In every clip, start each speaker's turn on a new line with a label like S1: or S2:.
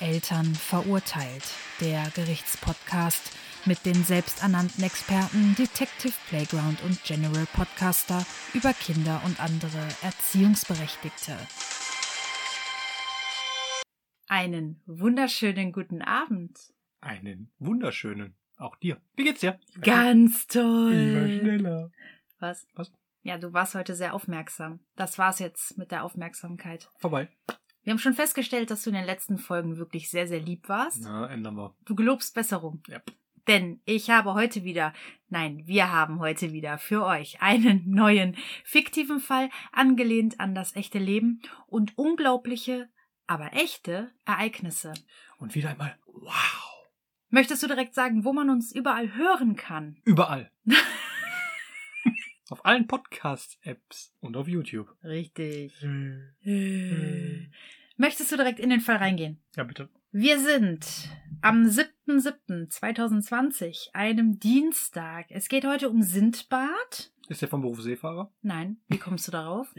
S1: Eltern verurteilt. Der Gerichtspodcast mit den selbsternannten Experten Detective Playground und General Podcaster über Kinder und andere Erziehungsberechtigte. Einen wunderschönen guten Abend.
S2: Einen wunderschönen. Auch dir. Wie geht's dir?
S1: Ganz
S2: Immer
S1: toll.
S2: schneller.
S1: Was?
S2: Was?
S1: Ja, du warst heute sehr aufmerksam. Das war's jetzt mit der Aufmerksamkeit.
S2: Vorbei.
S1: Wir haben schon festgestellt, dass du in den letzten Folgen wirklich sehr, sehr lieb warst.
S2: Na, ändern wir.
S1: Du gelobst Besserung.
S2: Ja.
S1: Denn ich habe heute wieder, nein, wir haben heute wieder für euch einen neuen fiktiven Fall, angelehnt an das echte Leben und unglaubliche, aber echte Ereignisse.
S2: Und wieder einmal. Wow.
S1: Möchtest du direkt sagen, wo man uns überall hören kann?
S2: Überall. auf allen Podcast-Apps und auf YouTube.
S1: Richtig.
S2: Ja,
S1: Äh. Möchtest du direkt in den Fall reingehen?
S2: bitte.
S1: Wir sind am 7.7.2020, einem Dienstag. Es geht heute um Sindbad.
S2: Ist der vom Beruf Seefahrer?
S1: Nein, wie kommst du darauf?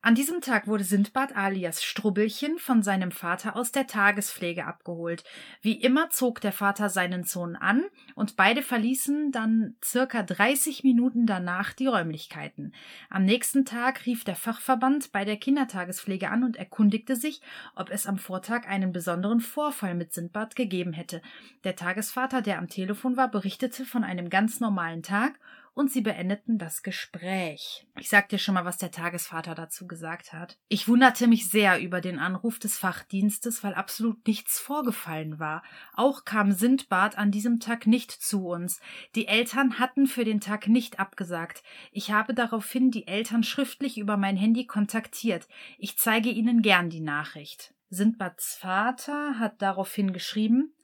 S1: An diesem Tag wurde Sindbad alias Strubbelchen von seinem Vater aus der Tagespflege abgeholt. Wie immer zog der Vater seinen Sohn an und beide verließen dann circa 30 Minuten danach die Räumlichkeiten. Am nächsten Tag rief der Fachverband bei der Kindertagespflege an und erkundigte sich, ob es am Vortag einen besonderen Vorfall mit Sindbad gegeben hätte. Der Tagesvater, der am Telefon war, berichtete von einem ganz normalen Tag und sie beendeten das Gespräch. Ich sag dir schon mal, was der Tagesvater dazu gesagt hat. Ich wunderte mich sehr über den Anruf des Fachdienstes, weil absolut nichts vorgefallen war. Auch kam Sindbad an diesem Tag nicht zu uns. Die Eltern hatten für den Tag nicht abgesagt. Ich habe daraufhin die Eltern schriftlich über mein Handy kontaktiert. Ich zeige ihnen gern die Nachricht. Sindbads Vater hat daraufhin geschrieben,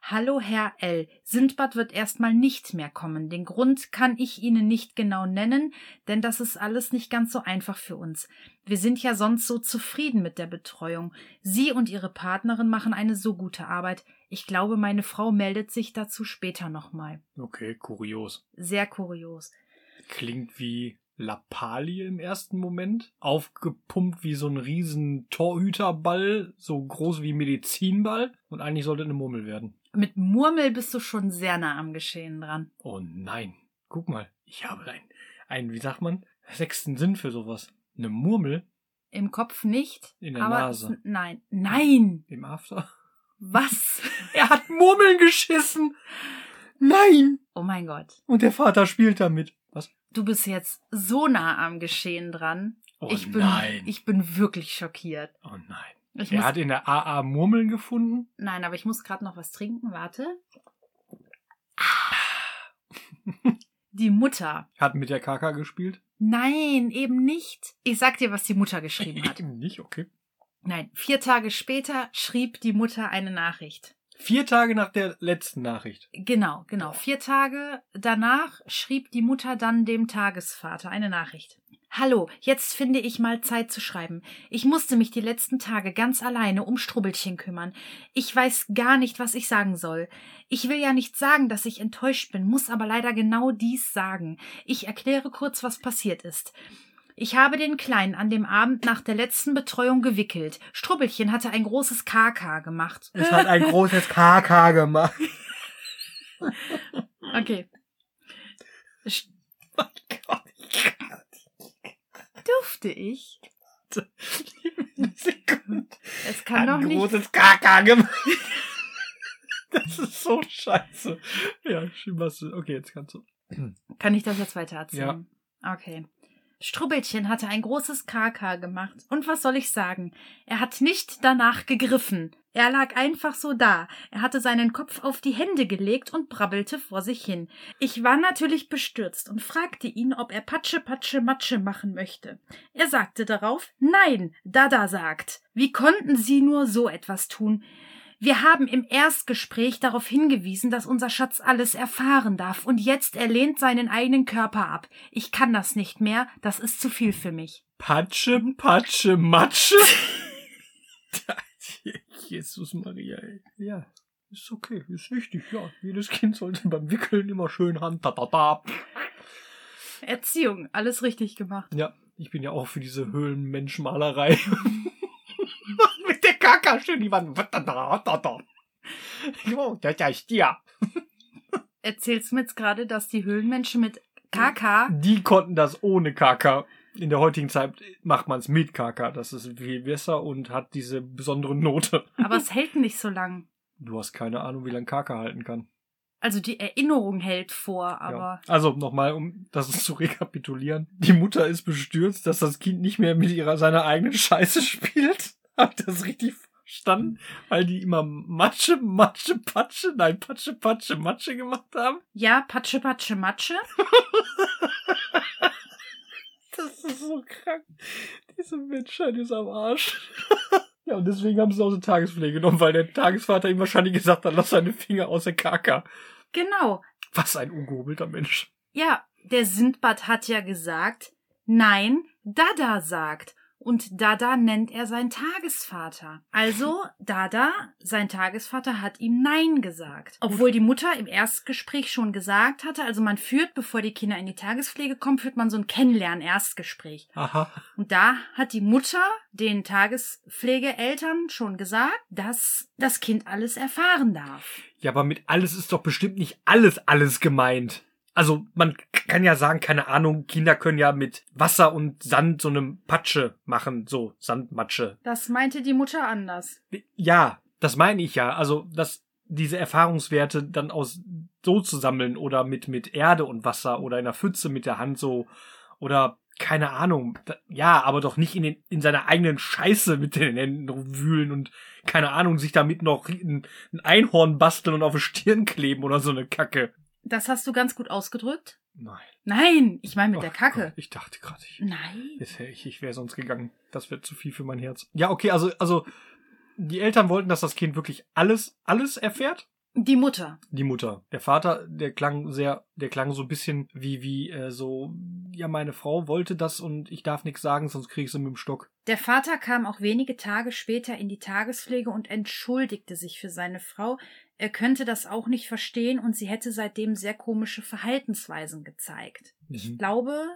S1: Hallo Herr L. Sindbad wird erstmal nicht mehr kommen. Den Grund kann ich Ihnen nicht genau nennen, denn das ist alles nicht ganz so einfach für uns. Wir sind ja sonst so zufrieden mit der Betreuung. Sie und Ihre Partnerin machen eine so gute Arbeit. Ich glaube, meine Frau meldet sich dazu später nochmal.
S2: Okay, kurios.
S1: Sehr kurios.
S2: Klingt wie Lappalie im ersten Moment. Aufgepumpt wie so ein riesen Torhüterball, so groß wie ein Medizinball. Und eigentlich sollte eine Murmel werden.
S1: Mit Murmel bist du schon sehr nah am Geschehen dran.
S2: Oh nein, guck mal, ich habe einen, einen, wie sagt man, sechsten Sinn für sowas. Eine Murmel
S1: Im Kopf nicht,
S2: In der
S1: aber
S2: Nase.
S1: es- nein, nein.
S2: im After.
S1: Was?
S2: Er hat Murmeln geschissen! Nein!
S1: Oh mein Gott.
S2: Und der Vater spielt damit. Was?
S1: Du bist jetzt so nah am Geschehen dran.
S2: Oh
S1: ich bin,
S2: nein!
S1: ich bin wirklich schockiert.
S2: oh nein.
S1: Ich
S2: Er
S1: muss,
S2: hat in der AA Murmeln gefunden?
S1: nein, aber ich muss gerade noch was trinken. Warte. Die Mutter.
S2: Hat mit der KK gespielt?
S1: Nein, eben nicht. Ich sag dir, was die Mutter geschrieben hat.
S2: Eben nicht, okay.
S1: Nein, vier Tage später schrieb die Mutter eine Nachricht.
S2: Vier Tage nach der letzten Nachricht.
S1: Genau, genau. Vier Tage danach schrieb die Mutter dann dem Tagesvater eine Nachricht. Hallo, jetzt finde ich mal Zeit zu schreiben. Ich musste mich die letzten Tage ganz alleine um Strubbelchen kümmern. Ich weiß gar nicht, was ich sagen soll. Ich will ja nicht sagen, dass ich enttäuscht bin, muss aber leider genau dies sagen. Ich erkläre kurz, was passiert ist. Ich habe den Kleinen an dem Abend nach der letzten Betreuung gewickelt. Strubbelchen hatte ein großes KK gemacht.
S2: Es hat ein großes KK gemacht.
S1: Okay.
S2: Mein Gott, ich kann
S1: Durfte ich?
S2: nicht. Sekunde.
S1: Es kann doch
S2: ein
S1: nicht.
S2: großes Kaka gemacht. Das ist so scheiße. Ja, Schimasse. Okay, jetzt kannst du.
S1: Kann ich das jetzt weiter erzählen? Ja. Okay. Strubbelchen hatte ein großes KK gemacht. Und was soll ich sagen? Er hat nicht danach gegriffen. Er lag einfach so da. Er hatte seinen Kopf auf die Hände gelegt und brabbelte vor sich hin. Ich war natürlich bestürzt und fragte ihn, ob er Patsche, Patsche, Matsche machen möchte. Er sagte darauf, nein, Dada sagt. Wie konnten Sie nur so etwas tun? Wir haben im Erstgespräch darauf hingewiesen, dass unser Schatz alles erfahren darf und jetzt er lehnt seinen eigenen Körper ab. Ich kann das nicht mehr, das ist zu viel für mich.
S2: Patsche, Patsche, Matsche. Jesus Maria, ey. Ja, ist okay, ist wichtig, ja. Jedes Kind sollte beim Wickeln immer schön Hand. Ta, ta, ta.
S1: Erziehung, alles richtig gemacht.
S2: Ja, ich bin ja auch für diese Höhlenmenschmalerei. Mit der Kaka, schön die Wand. Wat da da, da da. Jo, das ist ja Stier.
S1: Erzählst du mir jetzt gerade, dass die Höhlenmenschen mit KK
S2: Die konnten das ohne Kaka. In der heutigen Zeit macht man es mit Kaka. Das ist viel besser und hat diese besondere Note.
S1: Aber es hält nicht so lang.
S2: Du hast keine Ahnung, wie lange Kaka halten kann.
S1: Also die Erinnerung hält vor, aber
S2: Ja. Also nochmal, um das zu rekapitulieren. Die Mutter ist bestürzt, dass das Kind nicht mehr mit ihrer seiner eigenen Scheiße spielt. Hab ich das richtig verstanden? Weil die immer Matsche, Matsche, Patsche, nein, Patsche, Patsche, Matsche gemacht haben.
S1: ja, Patsche, Patsche, Matsche.
S2: Das ist so krank. Diese Menschheit ist am Arsch. ja, und deswegen haben sie auch eine Tagespflege genommen, weil der Tagesvater ihm wahrscheinlich gesagt hat, lass seine Finger aus der Kaka.
S1: Genau.
S2: Was ein ungehobelter Mensch.
S1: Ja, der Sindbad hat ja gesagt, nein, Dada sagt. Und Dada nennt er seinen Tagesvater. Also Dada, sein Tagesvater, hat ihm Nein gesagt. Obwohl die Mutter im Erstgespräch schon gesagt hatte, also man führt, bevor die Kinder in die Tagespflege kommen, führt man so ein Kennenlernen-Erstgespräch.
S2: Aha.
S1: Und da hat die Mutter den Tagespflegeeltern schon gesagt, dass das Kind alles erfahren darf.
S2: Ja, aber mit alles ist doch bestimmt nicht alles alles gemeint. Also man k- kann ja sagen, keine Ahnung, Kinder können ja mit Wasser und Sand so eine Patsche machen, so Sandmatsche.
S1: Das meinte die Mutter anders.
S2: Ja, das meine ich ja. Also dass diese Erfahrungswerte dann aus so zu sammeln oder mit mit Erde und Wasser oder in der Pfütze mit der Hand so oder keine Ahnung. Da- Ja, aber doch nicht in den in seiner eigenen Scheiße mit den Händen wühlen und keine Ahnung sich damit noch ein ein Einhorn basteln und auf die Stirn kleben oder so eine Kacke.
S1: Das hast du ganz gut ausgedrückt.
S2: Nein.
S1: Nein, ich meine mit der
S2: Ach
S1: Kacke.
S2: Oh Gott, ich dachte gerade, ich,
S1: Nein.
S2: jetzt wär- ich, ich wäre sonst gegangen. Das wäre zu viel für mein Herz. Ja, okay, also, also die Eltern wollten, dass das Kind wirklich alles, alles erfährt.
S1: Die Mutter.
S2: Die Mutter. Der Vater, der klang sehr, der klang so ein bisschen wie, wie, äh, so, ja, meine Frau wollte das und ich darf nichts sagen, sonst krieg ich sie mit dem Stock.
S1: Der Vater kam auch wenige Tage später in die Tagespflege und entschuldigte sich für seine Frau. Er könnte das auch nicht verstehen und sie hätte seitdem sehr komische Verhaltensweisen gezeigt.
S2: Mhm.
S1: Ich glaube,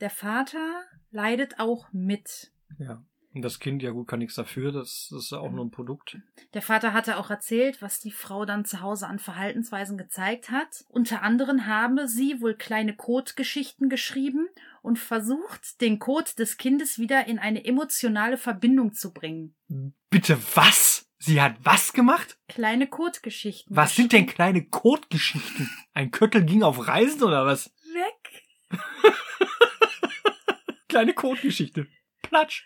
S1: der Vater leidet auch mit.
S2: Ja. Und das Kind, ja gut, kann nichts dafür, das, das ist ja auch nur ein Produkt.
S1: Der Vater hatte auch erzählt, was die Frau dann zu Hause an Verhaltensweisen gezeigt hat. Unter anderem habe sie wohl kleine Kotgeschichten geschrieben und versucht, den Kot des Kindes wieder in eine emotionale Verbindung zu bringen.
S2: Bitte was? Sie hat was gemacht?
S1: Kleine Kotgeschichten.
S2: Was sind denn kleine Kotgeschichten? Ein Köttel ging auf Reisen oder was?
S1: Weg!
S2: Kleine Kotgeschichte. Platsch.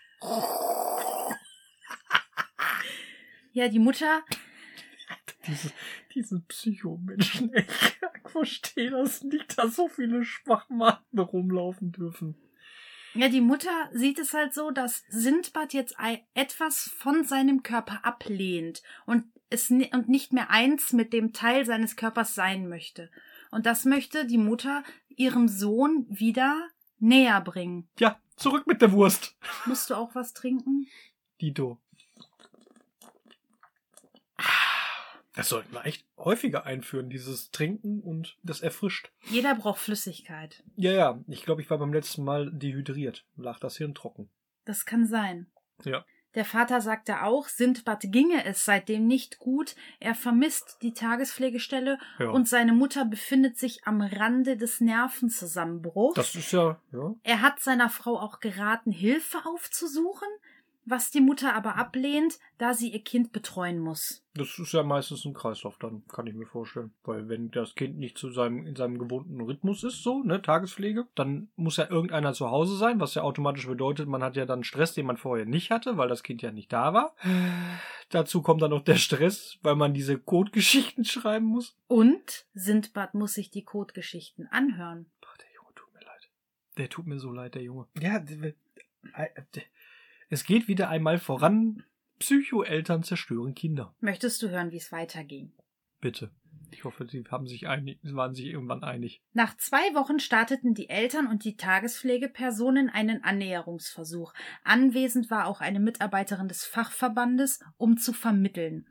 S1: Ja, die Mutter,
S2: Diese, diese Psychomenschen, ey, ich verstehe das nicht, dass so viele Schwachmaten rumlaufen dürfen.
S1: ja, die Mutter sieht es halt so, dass Sindbad jetzt ei- etwas von seinem Körper ablehnt und es ni- und nicht mehr eins mit dem Teil seines Körpers sein möchte. Und das möchte die Mutter ihrem Sohn wieder näher bringen.
S2: Ja, zurück mit der Wurst.
S1: Musst du auch was trinken?
S2: Dito. Das sollten wir echt häufiger einführen, dieses Trinken und das erfrischt.
S1: Jeder braucht Flüssigkeit.
S2: Ja, ja, ich glaube, ich war beim letzten Mal dehydriert, lag das Hirn trocken.
S1: Das kann sein.
S2: Ja.
S1: Der Vater sagte auch, Sindbad ginge es seitdem nicht gut. Er vermisst die Tagespflegestelle
S2: Ja.
S1: und seine Mutter befindet sich am Rande des Nervenzusammenbruchs.
S2: das ist ja, ja.
S1: Er hat seiner Frau auch geraten, Hilfe aufzusuchen, was die Mutter aber ablehnt, da sie ihr Kind betreuen muss.
S2: Das ist ja meistens ein Kreislauf, dann kann ich mir vorstellen. Weil wenn das Kind nicht zu seinem, in seinem gewohnten Rhythmus ist, so, ne, Tagespflege, dann muss ja irgendeiner zu Hause sein, was ja automatisch bedeutet, man hat ja dann Stress, den man vorher nicht hatte, weil das Kind ja nicht da war. Dazu kommt dann noch der Stress, weil man diese Codegeschichten schreiben muss.
S1: Und Sindbad muss sich die Kotgeschichten anhören.
S2: Boah, der Junge tut mir leid. Der tut mir so leid, der Junge. Ja, der- der- es geht wieder einmal voran. Psychoeltern zerstören Kinder.
S1: Möchtest du hören, wie es weiterging?
S2: Bitte. Ich hoffe, sie haben sich einig, waren sich irgendwann einig.
S1: Nach zwei Wochen starteten die Eltern und die Tagespflegepersonen einen Annäherungsversuch. Anwesend war auch eine Mitarbeiterin des Fachverbandes, um zu vermitteln.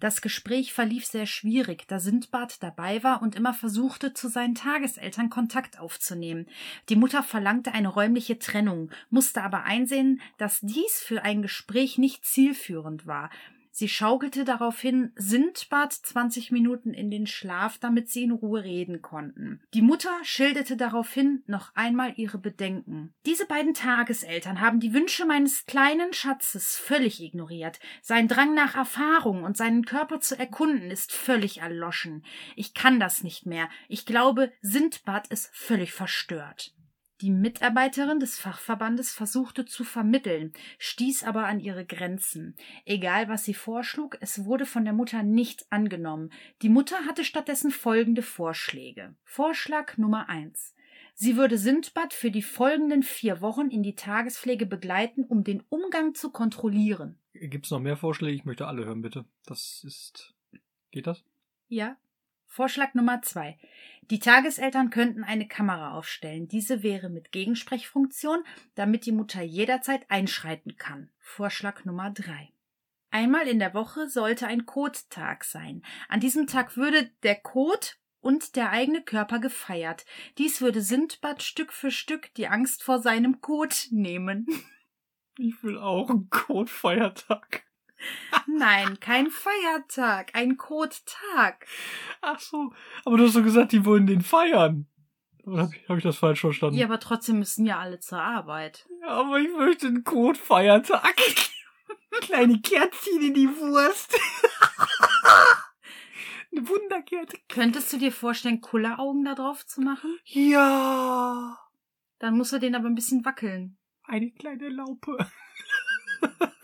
S1: Das Gespräch verlief sehr schwierig, da Sindbad dabei war und immer versuchte, zu seinen Tageseltern Kontakt aufzunehmen. Die Mutter verlangte eine räumliche Trennung, musste aber einsehen, dass dies für ein Gespräch nicht zielführend war. Sie schaukelte daraufhin Sindbad 20 Minuten in den Schlaf, damit sie in Ruhe reden konnten. Die Mutter schilderte daraufhin noch einmal ihre Bedenken. Diese beiden Tageseltern haben die Wünsche meines kleinen Schatzes völlig ignoriert. Sein Drang nach Erfahrung und seinen Körper zu erkunden ist völlig erloschen. Ich kann das nicht mehr. Ich glaube, Sindbad ist völlig verstört. Die Mitarbeiterin des Fachverbandes versuchte zu vermitteln, stieß aber an ihre Grenzen. Egal, was sie vorschlug, es wurde von der Mutter nicht angenommen. Die Mutter hatte stattdessen folgende Vorschläge. Vorschlag Nummer eins: Sie würde Sindbad für die folgenden vier Wochen in die Tagespflege begleiten, um den Umgang zu kontrollieren.
S2: Gibt's noch mehr Vorschläge? Ich möchte alle hören, bitte. Das ist. Geht das?
S1: Ja, Vorschlag Nummer zwei. Die Tageseltern könnten eine Kamera aufstellen. Diese wäre mit Gegensprechfunktion, damit die Mutter jederzeit einschreiten kann. Vorschlag Nummer drei. Einmal in der Woche sollte ein Kottag sein. An diesem Tag würde der Kot und der eigene Körper gefeiert. Dies würde Sindbad Stück für Stück die Angst vor seinem Kot nehmen.
S2: Ich will auch einen Kotfeiertag.
S1: Nein, kein Feiertag, ein Kottag.
S2: Ach so, aber du hast so gesagt, die wollen den feiern. Oder habe ich, hab ich das falsch verstanden?
S1: Ja, aber trotzdem müssen ja alle zur Arbeit.
S2: Ja, aber ich möchte einen Kotfeiertag. Kleine Kerzchen in die Wurst. Eine Wunderkerze.
S1: Könntest du dir vorstellen, Kulleraugen da drauf zu
S2: Mhm.
S1: machen?
S2: Ja.
S1: Dann musst du den aber ein bisschen wackeln.
S2: Eine kleine Laupe.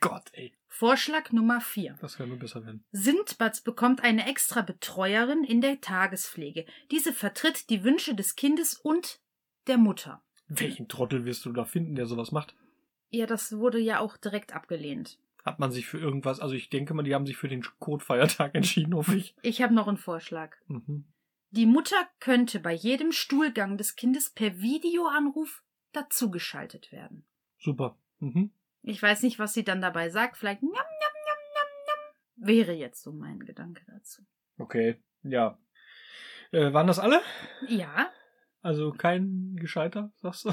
S2: Gott, ey.
S1: Vorschlag Nummer 4.
S2: Das kann nur besser werden.
S1: Sindbad bekommt eine extra Betreuerin in der Tagespflege. Diese vertritt die Wünsche des Kindes und der Mutter.
S2: Welchen Trottel wirst du da finden, der sowas macht?
S1: Ja, das wurde ja auch direkt abgelehnt.
S2: Hat man sich für irgendwas, also ich denke mal, die haben sich für den Kotfeiertag entschieden, hoffe ich.
S1: Ich habe noch einen Vorschlag.
S2: Mhm.
S1: Die Mutter könnte bei jedem Stuhlgang des Kindes per Videoanruf dazugeschaltet werden.
S2: Super. Mhm.
S1: Ich weiß nicht, was sie dann dabei sagt. Vielleicht njam, njam, njam, njam, njam. wäre jetzt so mein Gedanke dazu.
S2: Okay, ja. Äh, waren das alle?
S1: Ja,
S2: Also kein Gescheiter, sagst du?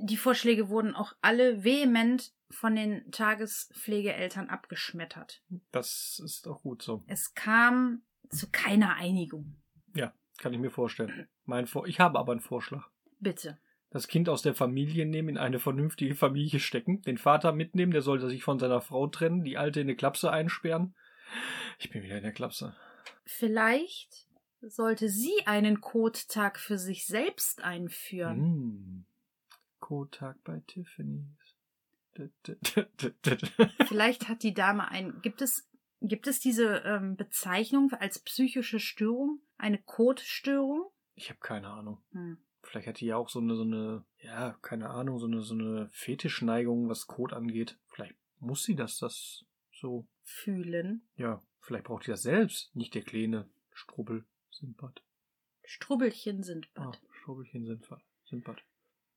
S1: die Vorschläge wurden auch alle vehement von den Tagespflegeeltern abgeschmettert.
S2: Das ist auch gut so.
S1: Es kam zu keiner Einigung.
S2: Kann ich mir vorstellen. Mein Vor ich habe aber einen Vorschlag.
S1: Bitte.
S2: Das Kind aus der Familie nehmen, in eine vernünftige Familie stecken, den Vater mitnehmen, der sollte sich von seiner Frau trennen, die Alte in eine Klapse einsperren. Ich bin wieder in der Klapse.
S1: Vielleicht sollte sie einen Kottag für sich selbst einführen.
S2: Hm. Kotak bei Tiffany's. Dö, dö, dö, dö, dö.
S1: Vielleicht hat die Dame ein. Gibt es, gibt es diese ähm, Bezeichnung als psychische Störung? Eine Kotstörung?
S2: Ich habe keine Ahnung.
S1: Hm.
S2: Vielleicht hat die ja auch so eine, so eine, ja, keine Ahnung, so eine, so eine Fetischneigung, was Kot angeht. Vielleicht muss sie das, das so.
S1: Fühlen.
S2: Ja, vielleicht braucht die das selbst, nicht der kleine Strubbel Sindbad.
S1: Strubbelchen sind
S2: Ah,
S1: Bad.
S2: Strubbelchen Sindbad. Sindbad.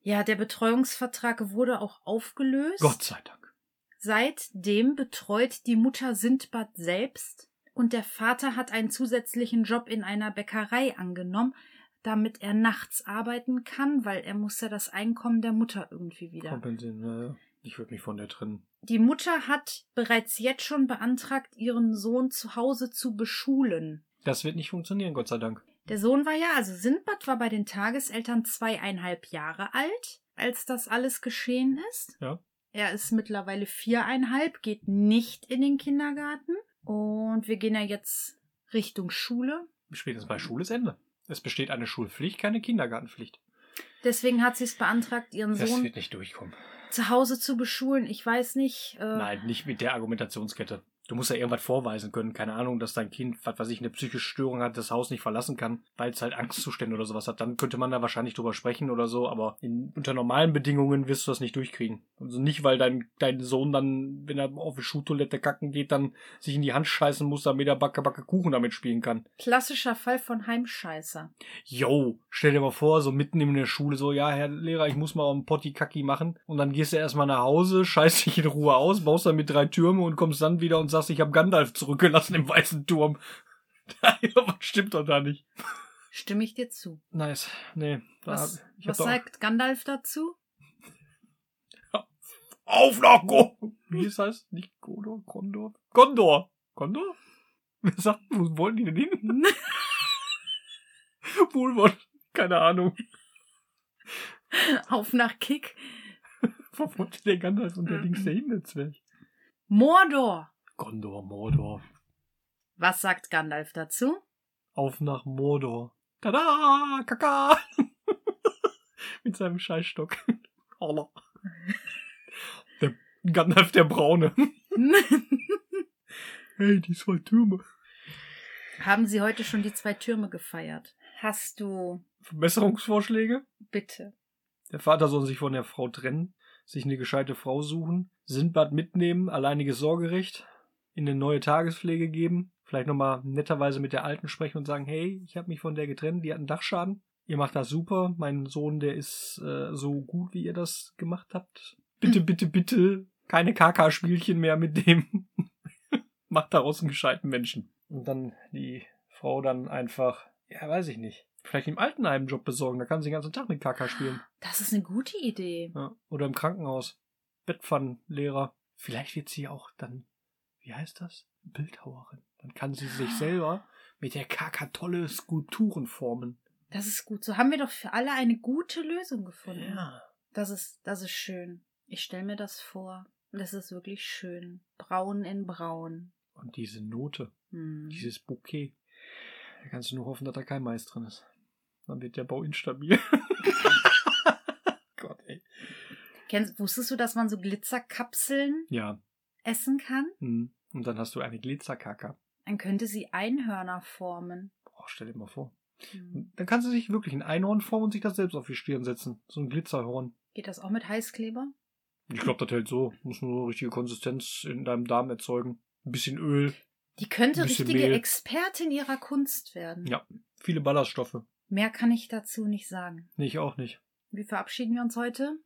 S1: Ja, der Betreuungsvertrag wurde auch aufgelöst.
S2: Gott sei Dank.
S1: Seitdem betreut die Mutter Sindbad selbst und der Vater hat einen zusätzlichen Job in einer Bäckerei angenommen, damit er nachts arbeiten kann, weil er muss ja das Einkommen der Mutter irgendwie wieder.
S2: Kompensieren, ja, ja. Ich würde mich von der trennen.
S1: Die Mutter hat bereits jetzt schon beantragt, ihren Sohn zu Hause zu beschulen.
S2: Das wird nicht funktionieren, Gott sei Dank.
S1: Der Sohn war ja, also Sindbad war bei den Tageseltern zweieinhalb Jahre alt, als das alles geschehen ist.
S2: Ja.
S1: Er ist mittlerweile viereinhalb, geht nicht in den Kindergarten. Und wir gehen ja jetzt Richtung Schule.
S2: Spätestens bei Schule ist Ende. Es besteht eine Schulpflicht, keine Kindergartenpflicht.
S1: Deswegen hat sie es beantragt, ihren
S2: Das
S1: Sohn
S2: wird nicht durchkommen.
S1: zu Hause zu beschulen. Ich weiß nicht. Äh,
S2: Nein, nicht mit der Argumentationskette. Du musst ja irgendwas vorweisen können. Keine Ahnung, dass dein Kind, was weiß ich, eine psychische Störung hat, das Haus nicht verlassen kann, weil es halt Angstzustände oder sowas hat. Dann könnte man da wahrscheinlich drüber sprechen oder so, aber in, unter normalen Bedingungen wirst du das nicht durchkriegen. Also nicht, weil dein, dein Sohn dann, wenn er auf die Schuhtoilette kacken geht, dann sich in die Hand scheißen muss, damit er Backe, Backe Kuchen damit spielen kann.
S1: Klassischer Fall von Heimscheißer.
S2: Yo, stell dir mal vor, so mitten in der Schule, so, ja, Herr Lehrer, ich muss mal einen Potti-Kacki machen. Und dann gehst du erstmal nach Hause, scheißt dich in Ruhe aus, baust dann mit drei Türme und kommst dann wieder und sagst, sagst, ich habe Gandalf zurückgelassen im weißen Turm. Was stimmt doch da nicht?
S1: Stimme ich dir zu.
S2: Nice. Nee. Da,
S1: Was,
S2: ich hab
S1: was
S2: doch-
S1: sagt Gandalf dazu?
S2: Auf nach Go Wie ist das? Nicht Gondor? Gondor? Gondor! Gondor? Wer sagt, wo wollen die denn hin? Wohlwort. Keine Ahnung.
S1: Auf nach Kick.
S2: Wo wollte der Gandalf und der
S1: Mhm.
S2: Dings der Himmelszwerg?
S1: Mordor.
S2: Gondor, Mordor.
S1: Was sagt Gandalf dazu?
S2: Auf nach Mordor. Tada! Kaka! Mit seinem Scheißstock. Holla. Der Gandalf der Braune. Hey, die zwei Türme.
S1: Haben Sie heute schon die zwei Türme gefeiert? Hast du.
S2: Verbesserungsvorschläge?
S1: Bitte.
S2: Der Vater soll sich von der Frau trennen, sich eine gescheite Frau suchen, Sindbad mitnehmen, alleiniges Sorgerecht, in eine neue Tagespflege geben, vielleicht nochmal netterweise mit der Alten sprechen und sagen, hey, ich habe mich von der getrennt, die hat einen Dachschaden. Ihr macht das super, mein Sohn, der ist äh, so gut, wie ihr das gemacht habt. Bitte, bitte, bitte, keine KK-Spielchen mehr mit dem. macht daraus einen gescheiten Menschen. Und dann die Frau dann einfach, ja, weiß ich nicht, vielleicht im Altenheim einen Job besorgen, da kann sie den ganzen Tag mit KK spielen.
S1: Das ist eine gute Idee.
S2: Ja, oder im Krankenhaus. Bettpfannenlehrer. Vielleicht wird sie auch dann, wie heißt das? Bildhauerin. Dann kann sie sich selber mit der Kakatolle Skulpturen formen.
S1: Das ist gut. So haben wir doch für alle eine gute Lösung gefunden. Das ist, das ist schön. Ich stelle mir das vor. Das ist wirklich schön. Braun in Braun.
S2: Und diese Note,
S1: Hm.
S2: dieses Bouquet. Da kannst du nur hoffen, dass da kein Mais drin ist. Dann wird der Bau instabil. Gott, ey.
S1: Kennst, wusstest du, dass man so Glitzerkapseln
S2: Ja.
S1: essen kann?
S2: mhm. Und dann hast du eine Glitzerkacke.
S1: Dann könnte sie Einhörner formen.
S2: Boah, stell dir mal vor.
S1: Hm.
S2: Dann kann sie sich wirklich ein Einhorn formen und sich das selbst auf die Stirn setzen. So ein Glitzerhorn.
S1: Geht das auch mit Heißkleber?
S2: Ich glaube, das hält so. Muss nur richtige Konsistenz in deinem Darm erzeugen. Ein bisschen Öl,
S1: Die könnte
S2: Ein bisschen
S1: richtige
S2: Mehl.
S1: Expertin ihrer Kunst werden.
S2: Ja. viele Ballaststoffe.
S1: Mehr kann ich dazu nicht sagen.
S2: Nee, ich auch nicht.
S1: Wie verabschieden wir uns heute?